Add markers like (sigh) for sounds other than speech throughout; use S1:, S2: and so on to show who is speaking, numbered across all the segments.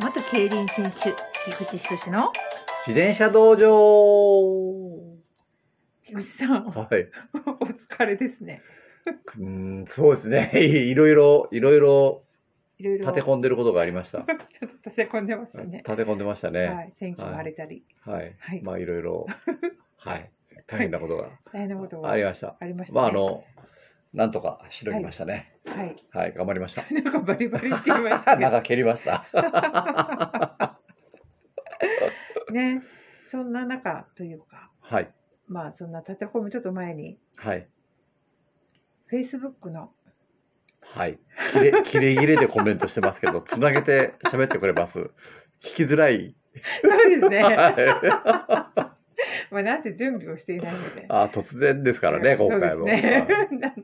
S1: 元競輪選手菊池仁の
S2: 自転車道場
S1: 菊池さん
S2: はい。
S1: お疲れですね
S2: うーん、そうですね。 (laughs) いろいろ、いろいろ
S1: いろいろ
S2: 立て込んでることがありました。
S1: ちょっと立て込んでましたね
S2: 立て込んでました
S1: は
S2: ね。
S1: い選挙も荒れたり、
S2: はい。
S1: はい
S2: まあ、いろいろ、はい。大変なことが
S1: 大変なことが
S2: あ
S1: あ
S2: りました。
S1: りましたね
S2: まあ、あの、なんとかしのぎましたね。
S1: はい (laughs)
S2: はい、頑張りました。
S1: なんかバリバリって言いましたけ
S2: (laughs) なん
S1: ど
S2: か蹴りました。
S1: ねそんな中というか
S2: はい。
S1: まあそんな立て込むちょっと前に
S2: はい。
S1: フェイスブックの
S2: はい。キレ、キレ切れでコメントしてますけど、つなげて喋ってくれます。聞きづらい。
S1: そうですね
S2: (laughs) はい。
S1: まあなんせ準備をしていないので
S2: あ、突然ですからね、今回も。
S1: そうです (laughs) ねなんだ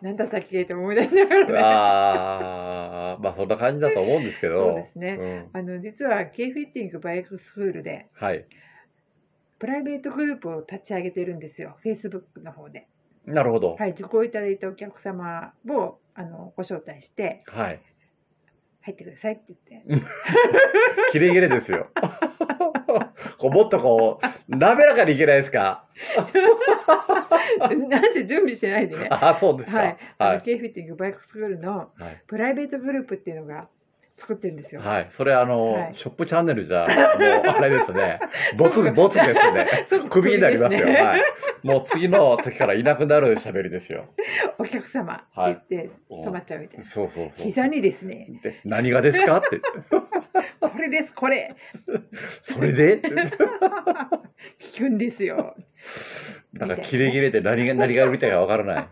S1: なんだったっけと思い出しながら
S2: (laughs)
S1: ね
S2: ああ、まあそんな感じだと思うんですけど。
S1: そうですね
S2: ん
S1: あの実は K フィッティングバイクスクールで
S2: はい。
S1: プライベートグループを立ち上げてるんですよ、Facebook の方で。
S2: なるほど。は。
S1: はいい、受講いただいたお客様をあのご招待して、入ってくださいって言って、
S2: キレキレですよ。 (laughs) こうもっとこう滑らかにいけないですか。
S1: (laughs) なんて準備してないで
S2: (laughs)
S1: ね、
S2: あ、そうですか。
S1: はい、あ
S2: は
S1: の
S2: い。
S1: K フィッティングバイクスクールの
S2: はい。
S1: プライベートグループっていうのが作ってるんですよ。
S2: はいそれあの、
S1: はい
S2: ショップチャンネルじゃもうあれですね。ボツボツですね。
S1: (laughs) そう
S2: クビになりますよ。
S1: クビですね
S2: はい。もう次の時からいなくなる喋りですよ。
S1: お客様って
S2: は
S1: 言
S2: い
S1: って止まっちゃうみたいな。
S2: そうそうそう。
S1: 膝にですね、
S2: で何がですかって。
S1: これです、これ、 (laughs)
S2: それで。
S1: 聞くんですよ。
S2: なんかキレキレで何が何が売りたいかわからない。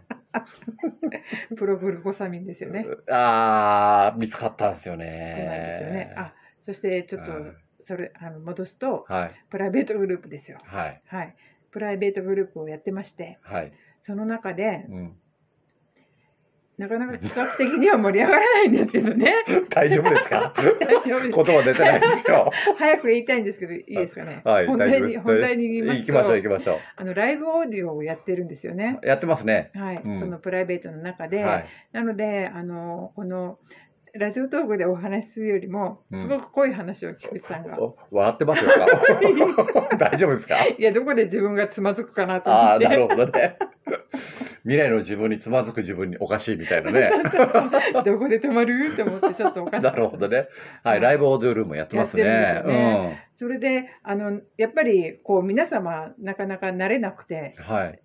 S1: プログルコサミンですよね。
S2: ああ見つかったんですよ
S1: そう
S2: ね。
S1: なんですよね。あ、そしてちょっと
S2: うん
S1: それあの戻すと
S2: はい
S1: プライベートグループですよ。
S2: はい
S1: はい。プライベートグループをやってまして、
S2: はい。
S1: その中で (laughs)
S2: うん、
S1: なかなか企画的には盛り上がらないんですけど
S2: (laughs)
S1: ね。
S2: 大丈夫ですか？
S1: 大丈夫で
S2: 言
S1: す。
S2: 葉出てないですよ。
S1: 早く言いたいんですけどいいですかね。
S2: はい
S1: 本題
S2: 大
S1: に
S2: 丈夫
S1: 本題に (laughs) 言います
S2: 行
S1: と
S2: きましょう行きましょ
S1: あのライブオーディオをやってるんですよね。
S2: う。やってますね。
S1: はい。
S2: うん
S1: そのプライベートの中
S2: は
S1: で、
S2: い
S1: なのであのこのラジオトークでお話しするよりも、
S2: うん
S1: すごく濃い話を菊池さんが。
S2: お笑ってますよ。
S1: (laughs)
S2: 大丈夫ですか？
S1: いや、どこで自分がつまずくかなと思
S2: あ
S1: っ
S2: あ
S1: て。
S2: なるほどね。未来の自分につまずく自分におかしいみたい
S1: (laughs)
S2: なね。
S1: どこで止まるって思ってちょっとおかしか
S2: な
S1: ったです
S2: るほどね。はい、ライブオーディオルームやってますね。
S1: やってるんですよそれであのやっぱりこう皆様なかなか慣れなくて
S2: うん。はい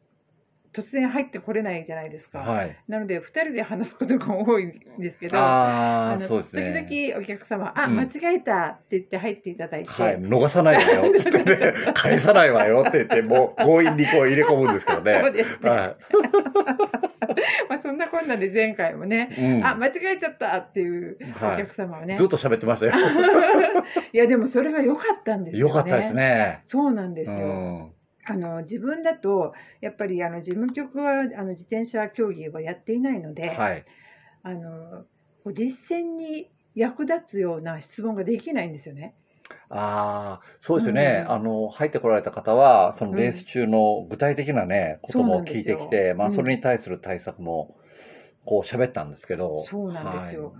S1: 突然入ってこれないじゃないですか、
S2: はい。
S1: なので2人で話すことが多いんですけど
S2: ああ
S1: の
S2: そうですね。
S1: 時々お客様「あ
S2: うん
S1: 間違えた」って言って入っていただいて、
S2: はい、逃さない
S1: (laughs)
S2: わよって言ってね、返さないわよって言って、もう強引にこう入れ込むんですけど
S1: そう (laughs)
S2: ね。
S1: ですね、
S2: は
S1: まあ、そんなこんなで前回もね
S2: い。
S1: 「
S2: うん。
S1: あ間違えちゃった」っていうお
S2: はい
S1: 客。様をね、
S2: ずっと喋ってましたよ。
S1: (laughs) い、やでもそれは良かったんですよ
S2: よ
S1: ね。
S2: かったですね。
S1: そうなんです
S2: う
S1: よ、
S2: ん。
S1: あの自分だとやっぱりあの事務局はあの自転車競技はやっていないので、
S2: はい。
S1: あのこう実践に役立つような質問ができないんですよね。
S2: ああ、そうですよね。
S1: うん
S2: あの、入ってこられた方は、そのレース中の具体的なね、こと
S1: そうな
S2: も
S1: んです
S2: 聞いて
S1: よ
S2: きて、ま
S1: う
S2: あ、
S1: ん
S2: それに対する対策も、こう喋ったんですけど、
S1: そうなんですよ。
S2: はい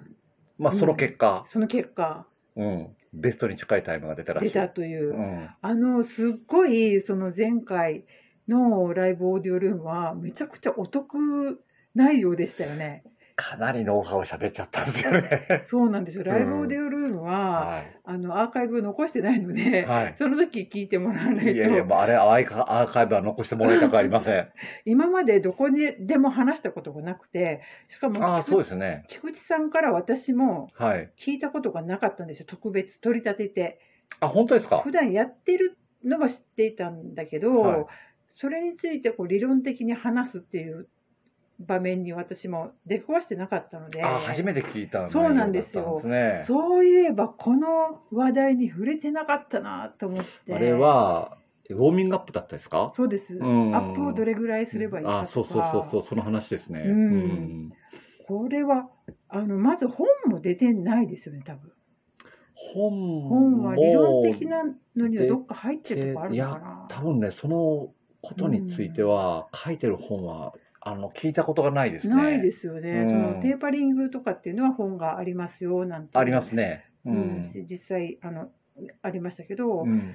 S2: まあ、その結果、
S1: その結果
S2: うん、ベストに近いタイムが出たらしい。
S1: 出たという、
S2: うん。
S1: あのすっごいその前回のライブオーディオルームはめちゃくちゃお得内容でしたよ
S2: (laughs)
S1: ね。
S2: かなりノウハウを喋っちゃったんです
S1: (laughs)
S2: よね。
S1: そうなんですよ。ライブオーディオルームは、
S2: はい。
S1: あのアーカイブを残してないので、
S2: はい
S1: その時聞いてもらわないと。
S2: いやいや、もうあれアーカ、アーカイブは残してもらいたくありません。
S1: 今までどこにでも話したことがなくてしか (laughs) も
S2: ああ、そ
S1: 菊
S2: うですね。
S1: 菊池さんから私も
S2: はい。
S1: 聞いたことがなかったんですよ特別取り立てて
S2: あ、本当ですか
S1: 普。段やってるのは知っていたんだけど、
S2: はい
S1: それについてこう理論的に話すっていう場面に私も出くわしてなかったので
S2: あー、初めて聞いた。
S1: そうなんですよ
S2: 内容だったんですね。
S1: そういえばこの話題に触れてなかったなと思って
S2: あれは、ウォーミングアップだったですか。
S1: そうですア
S2: うん
S1: ップをどれぐらいすればいい
S2: あ
S1: か
S2: ー、
S1: と
S2: そう
S1: か
S2: そうそうそう、その話ですね。
S1: うんこれはあのまず本も出てないですよね多分
S2: 本も。
S1: 本は理論的なのにはどっか入ってるとこあるの
S2: い
S1: か
S2: 多
S1: な
S2: 分ね、そのことについては、書いてる本は、あの、聞いたことがないですね。
S1: ないですよね、
S2: うん
S1: そのテーパリングとかっていうのは本がありますよなんて
S2: ありますね。うん
S1: し実際あのありましたけど、
S2: うん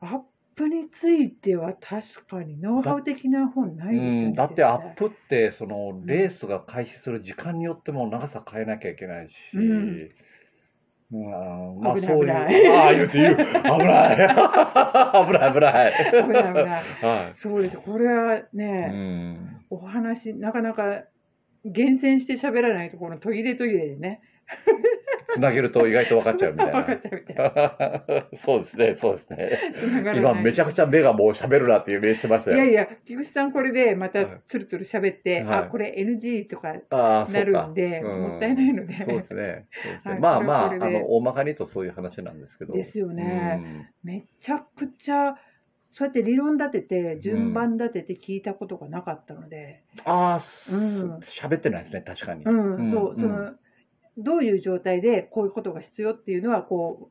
S1: アップについては確かにノウハウ的な本な
S2: う
S1: いですよね。
S2: ん、だって
S1: 絶対
S2: アップってそのレースが開始する時間によっても長さ変えなきゃいけないし、
S1: うん
S2: うんまあ
S1: 危ない
S2: そう
S1: 危
S2: いう
S1: ない
S2: ああ言
S1: (laughs)
S2: うて言う危ない (laughs) 危ない危ない
S1: 危ない危ない
S2: (laughs) は、
S1: そうですこれはい
S2: う
S1: ね、
S2: ん、
S1: お話なかなか厳選して喋らないところの途切れ途切れでね
S2: つなげると意外と分かっちゃうみた
S1: (laughs)
S2: い
S1: 分かっ
S2: な
S1: ちゃうみたいな。
S2: (laughs) そうですねそうですね
S1: 繋がらない
S2: 今めちゃくちゃ目がもう喋るなっていう目してました
S1: いや
S2: よ
S1: いや、菊池さん、これでまた
S2: はい
S1: つるつる喋って、
S2: はい
S1: あこれ NG とか
S2: ああそ
S1: な
S2: う
S1: る
S2: か
S1: んで、
S2: うん
S1: もったいないので、
S2: そうですねそうですね、
S1: はい
S2: まあ
S1: これ
S2: ま
S1: は
S2: ああ
S1: これで
S2: の大まかに言うとそういう話なんですけど
S1: ですよね、
S2: うん
S1: めちゃくちゃ、そうやって理論立てて、順番立てて聞いたことがなかったので、
S2: ああ、す
S1: うん
S2: 喋ってないですね、確かに。
S1: うん、
S2: うん
S1: そう、
S2: うん
S1: その、どういう状態でこういうことが必要っていうのは、こう、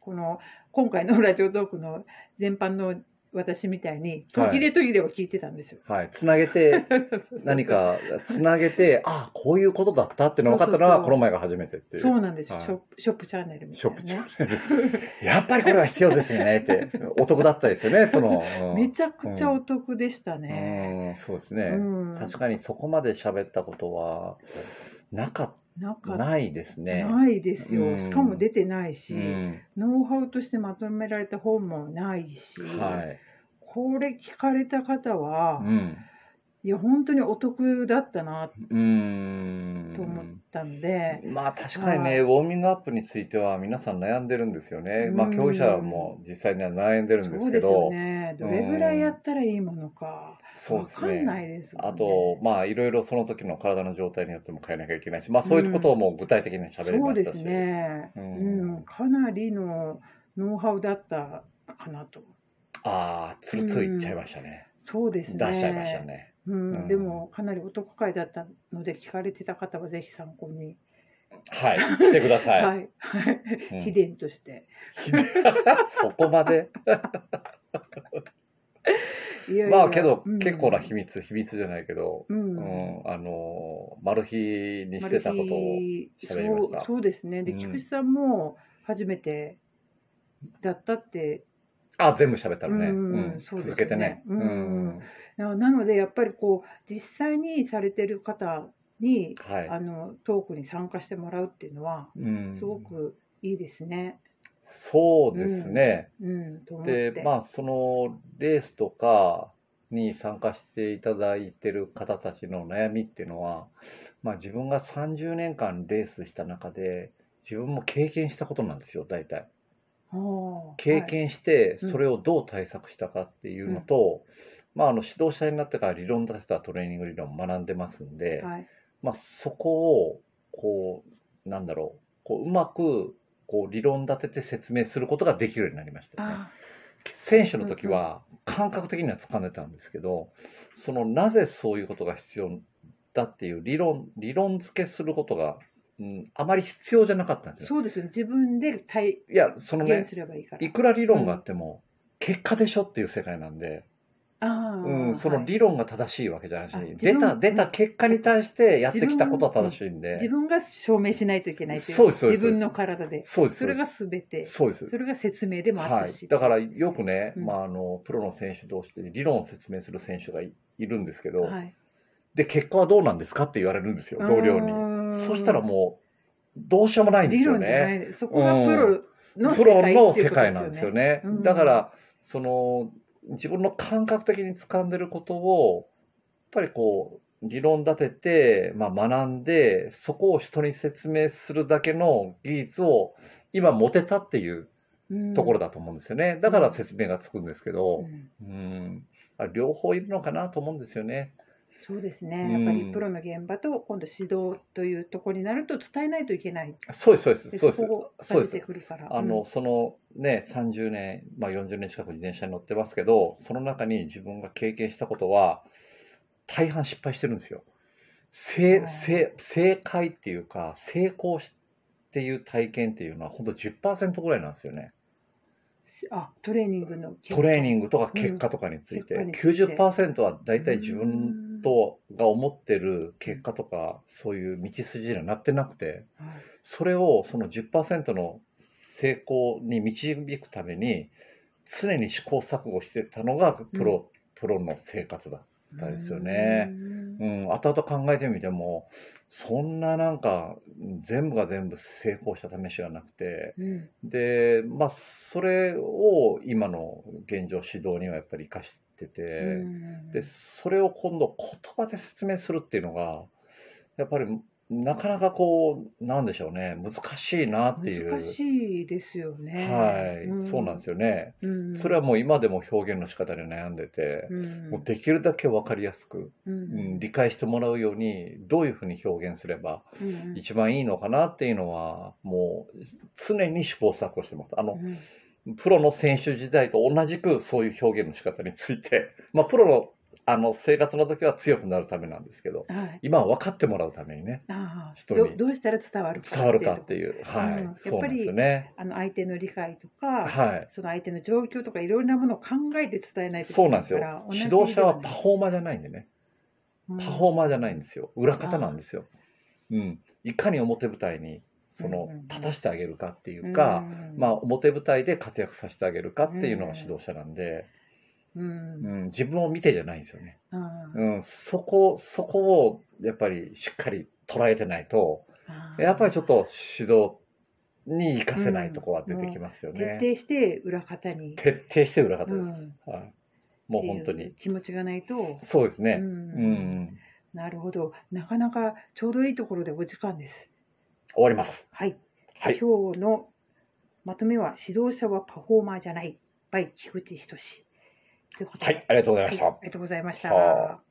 S1: この、今回のラジオトークの全般の私みたいに、
S2: はい
S1: 途切れ途切れは聞いてたんですよ。
S2: はい、つな
S1: (laughs)
S2: げて、 (laughs) 何かつなげて、ああ、こういうことだったってのが分かった
S1: そう
S2: の
S1: そうそ
S2: は、
S1: う
S2: この前が初めてってい
S1: そう
S2: う。
S1: なんですよ、
S2: はい
S1: ショップショップチャンネルみ
S2: シ
S1: たい
S2: ョ
S1: な、
S2: ッ
S1: ね。
S2: プチャンネル。やっぱりこれは必要ですよ
S1: (laughs)
S2: ねって、お得だったですよね、その。うん
S1: めちゃくちゃお得でしたね。
S2: うん、そうです
S1: う
S2: ね。
S1: ん
S2: 確かにそこまで喋ったことは、なか
S1: なかった
S2: ないですね。
S1: ないです
S2: う
S1: よ。
S2: ん
S1: しかも出てないし、
S2: うん、
S1: ノウハウとしてまとめられた本もないし、
S2: はい。
S1: これ聞かれた方
S2: う
S1: は、
S2: ん。
S1: いや本当にお得だったな
S2: うん。
S1: と思ったんで、
S2: まあ確かに
S1: はい
S2: ね、ウォーミングアップについては皆さん悩んでるんですよね。まあ
S1: うん
S2: 競技者も実際には悩んでるんで
S1: そ
S2: す
S1: う
S2: け
S1: ですよ
S2: ど、
S1: ね。どれぐらいやったらいいものか、
S2: そう
S1: わ
S2: です
S1: かんな
S2: ね。
S1: いですもんね。
S2: あと、まあいろいろその時の体の状態によっても変えなきゃいけないし、まあそういうことをもう具体的に喋り
S1: そ
S2: ま
S1: う
S2: し
S1: で
S2: た
S1: す
S2: し。
S1: ね。う
S2: うん
S1: ん、かなりのノウハウだったかなと。
S2: ああ、つるつるいっちゃいましたね。
S1: そうで
S2: 出
S1: す
S2: し
S1: ね。
S2: ちゃいましたね。
S1: うん
S2: うん
S1: でもかなりお得会だったので聞かれてた方はぜひ参考に、
S2: はい、来てください。
S1: はいはい
S2: うん
S1: 秘伝として
S2: ひで (laughs) そこまで。
S1: いやいや
S2: まあけど
S1: うん
S2: 結構な秘密、秘密じゃないけど、
S1: う、
S2: うんん、あの、マル秘に
S1: マ
S2: して
S1: ル
S2: たことを。
S1: 秘
S2: 喋りました
S1: そうそうですねで
S2: うん
S1: 菊池さんも初めてだったって、
S2: あ全部喋ったのね、
S1: うん
S2: うん
S1: そうですね
S2: 続けてね、
S1: うん
S2: うん
S1: ななのでやっぱりこう実際にされてる方に
S2: は、
S1: あのトークに参加してもらうっていうのはい
S2: うん
S1: すごくいいですね、
S2: そうですね、
S1: うん、と思って。
S2: でまあそのレースとかに参加していただいてる方たちの悩みっていうのは、まあ、自分が30年間レースした中で自分も経験したことなんですよ大体
S1: あー
S2: 経験して
S1: うん
S2: それをどう対策したかっていうのと、まあ、あの指導者になってから理論立てたトレーニング理論を学んでますんで、
S1: はいはい
S2: まあ、そこをこうなんだろうこううまくこう理論立てて説明することができるようになりましたよね。
S1: あ
S2: 選手の時は感覚的には掴んでたんですけどそのなぜそういうことが必要だっていう理論理論付けすることが、うん、あまり必要じゃなかったんですよ。
S1: そうですよね自分で体
S2: いやその
S1: ゲーム
S2: ね
S1: すればいいから。
S2: いくら理論があっても結果でしょっていう世界なんで、
S1: あー
S2: うん、その
S1: はい
S2: 理論が正しいわけじゃないし、
S1: あ自
S2: 出
S1: 分
S2: た出た結果に対してやってきたことは正しいんで
S1: 自分が証明しないといけないという
S2: そうですそうです
S1: 自分の体で
S2: そうです
S1: それが
S2: そう
S1: 全て
S2: ですそうです
S1: それが説明でもあっ
S2: は
S1: た
S2: い、
S1: し、
S2: だからよくね、
S1: うん
S2: まあ、あのプロの選手同士で理論を説明する選手がいいるんですけど、
S1: はい
S2: で結果はどうなんですかって言われるんですよ同僚に。そしたらもうどうしようもな
S1: うー
S2: い
S1: ん
S2: ん
S1: 理
S2: ですよ
S1: 論じゃな
S2: ね。
S1: いですそこがプロの
S2: プロの
S1: っていうこ
S2: 世
S1: と
S2: 界なんですよね。
S1: うん
S2: だからその自分の感覚的に掴んでることをやっぱりこう理論立てて、まあ、学んでそこを人に説明するだけの技術を今持てたっていう
S1: うん
S2: ところだと思うんですよね。だから説明がつくんですけど。
S1: うん
S2: うん、あ両方いるのかなと思うんですよね。
S1: そうです
S2: うん
S1: ねやっぱりプロの現場と今度指導というところになると伝えないといけない
S2: そうですそうです
S1: で
S2: そう
S1: そ
S2: です。
S1: こ
S2: そう
S1: が
S2: で
S1: 出て
S2: す
S1: くるから
S2: あの、
S1: うん
S2: そのね30年まあ40年近く自転車に乗ってますけど、その中に自分が経験したことは大半失敗してるんですよ。
S1: あ
S2: 正
S1: ー
S2: 正正解っていうか成功しっていう体験っていうのは本当10%ぐらいなんですよね。
S1: あトレーニングの
S2: トレーニ
S1: ン
S2: ングとか結果とかについて、
S1: うん結果
S2: 90%は大体自分とが思ってる結果とかそういう道筋にはなってなくてそれをその10%の成功に導くために常に試行錯誤してたのがプロ,、プロの生活だったですよね。
S1: うん
S2: うん、後々考えてみてもそんななんか全部が全部成功した試しがなくて
S1: うん
S2: でまあそれを今の現状指導にはやっぱり生かしてて、
S1: うん
S2: でそれを今度言葉で説明するっていうのがやっぱりなかなかこうなんでしょうね難しいなっていう。
S1: 難しいですよね。
S2: はい、そうなんですよね。
S1: す。うん
S2: それはもう今でも表現の仕方で悩んでて、
S1: うん
S2: もうできるだけ分かりやすく、
S1: う
S2: うん
S1: ん
S2: 理解してもらうようにどういうふうに表現すれば
S1: うん
S2: 一番いいのかなっていうのはもう常に試行錯誤してますあの
S1: うん
S2: プロの選手時代と同じくそういう表現の仕方について、 (laughs) まあ、プロのあの生活の時は強くなるためなんですけど
S1: はい。
S2: 今は分かってもらうためにね
S1: ああ
S2: 人
S1: ど
S2: に
S1: どうしたら伝わるか
S2: 伝わるかって
S1: いう
S2: いう、はい
S1: うん
S2: そうなんですよね。
S1: あの相手の理解とか、
S2: はい
S1: その相手の状況とかいろんなものを考えて伝えないとい
S2: そう
S1: け
S2: な
S1: なんい
S2: です
S1: か
S2: よ
S1: ら。
S2: 指導者はパフォーマーじゃないんでね、
S1: パ
S2: パフォーマーじゃないんですよ裏方なんですよ、うん、いかに表舞台にその
S1: うんうんうん
S2: 立たしてあげるかっていうか、、まあ、表舞台で活躍させてあげるかっていうのが指導者なんで、
S1: うん
S2: う
S1: うん
S2: ん、自分を見てじゃないんですよね、
S1: ああ
S2: うん、そこそこをやっぱりしっかり捉えてないと
S1: ああ
S2: やっぱりちょっと指導に生かせないとこは出てきますよね、
S1: 徹底して裏方に
S2: 徹底して裏方です、
S1: うん
S2: はい、もう本当に
S1: っていう気持ちがないと、
S2: そうです
S1: う
S2: ね、
S1: ん
S2: うん、
S1: なるほどなかなかちょうどいいところでお時間です。
S2: 終わります。
S1: はい、
S2: はい。
S1: 今日のまとめは指導者はパフォーマーじゃない by 菊池仁ということ
S2: は
S1: で
S2: い、ありがとうございました
S1: はい。ありがとうございました。
S2: はあ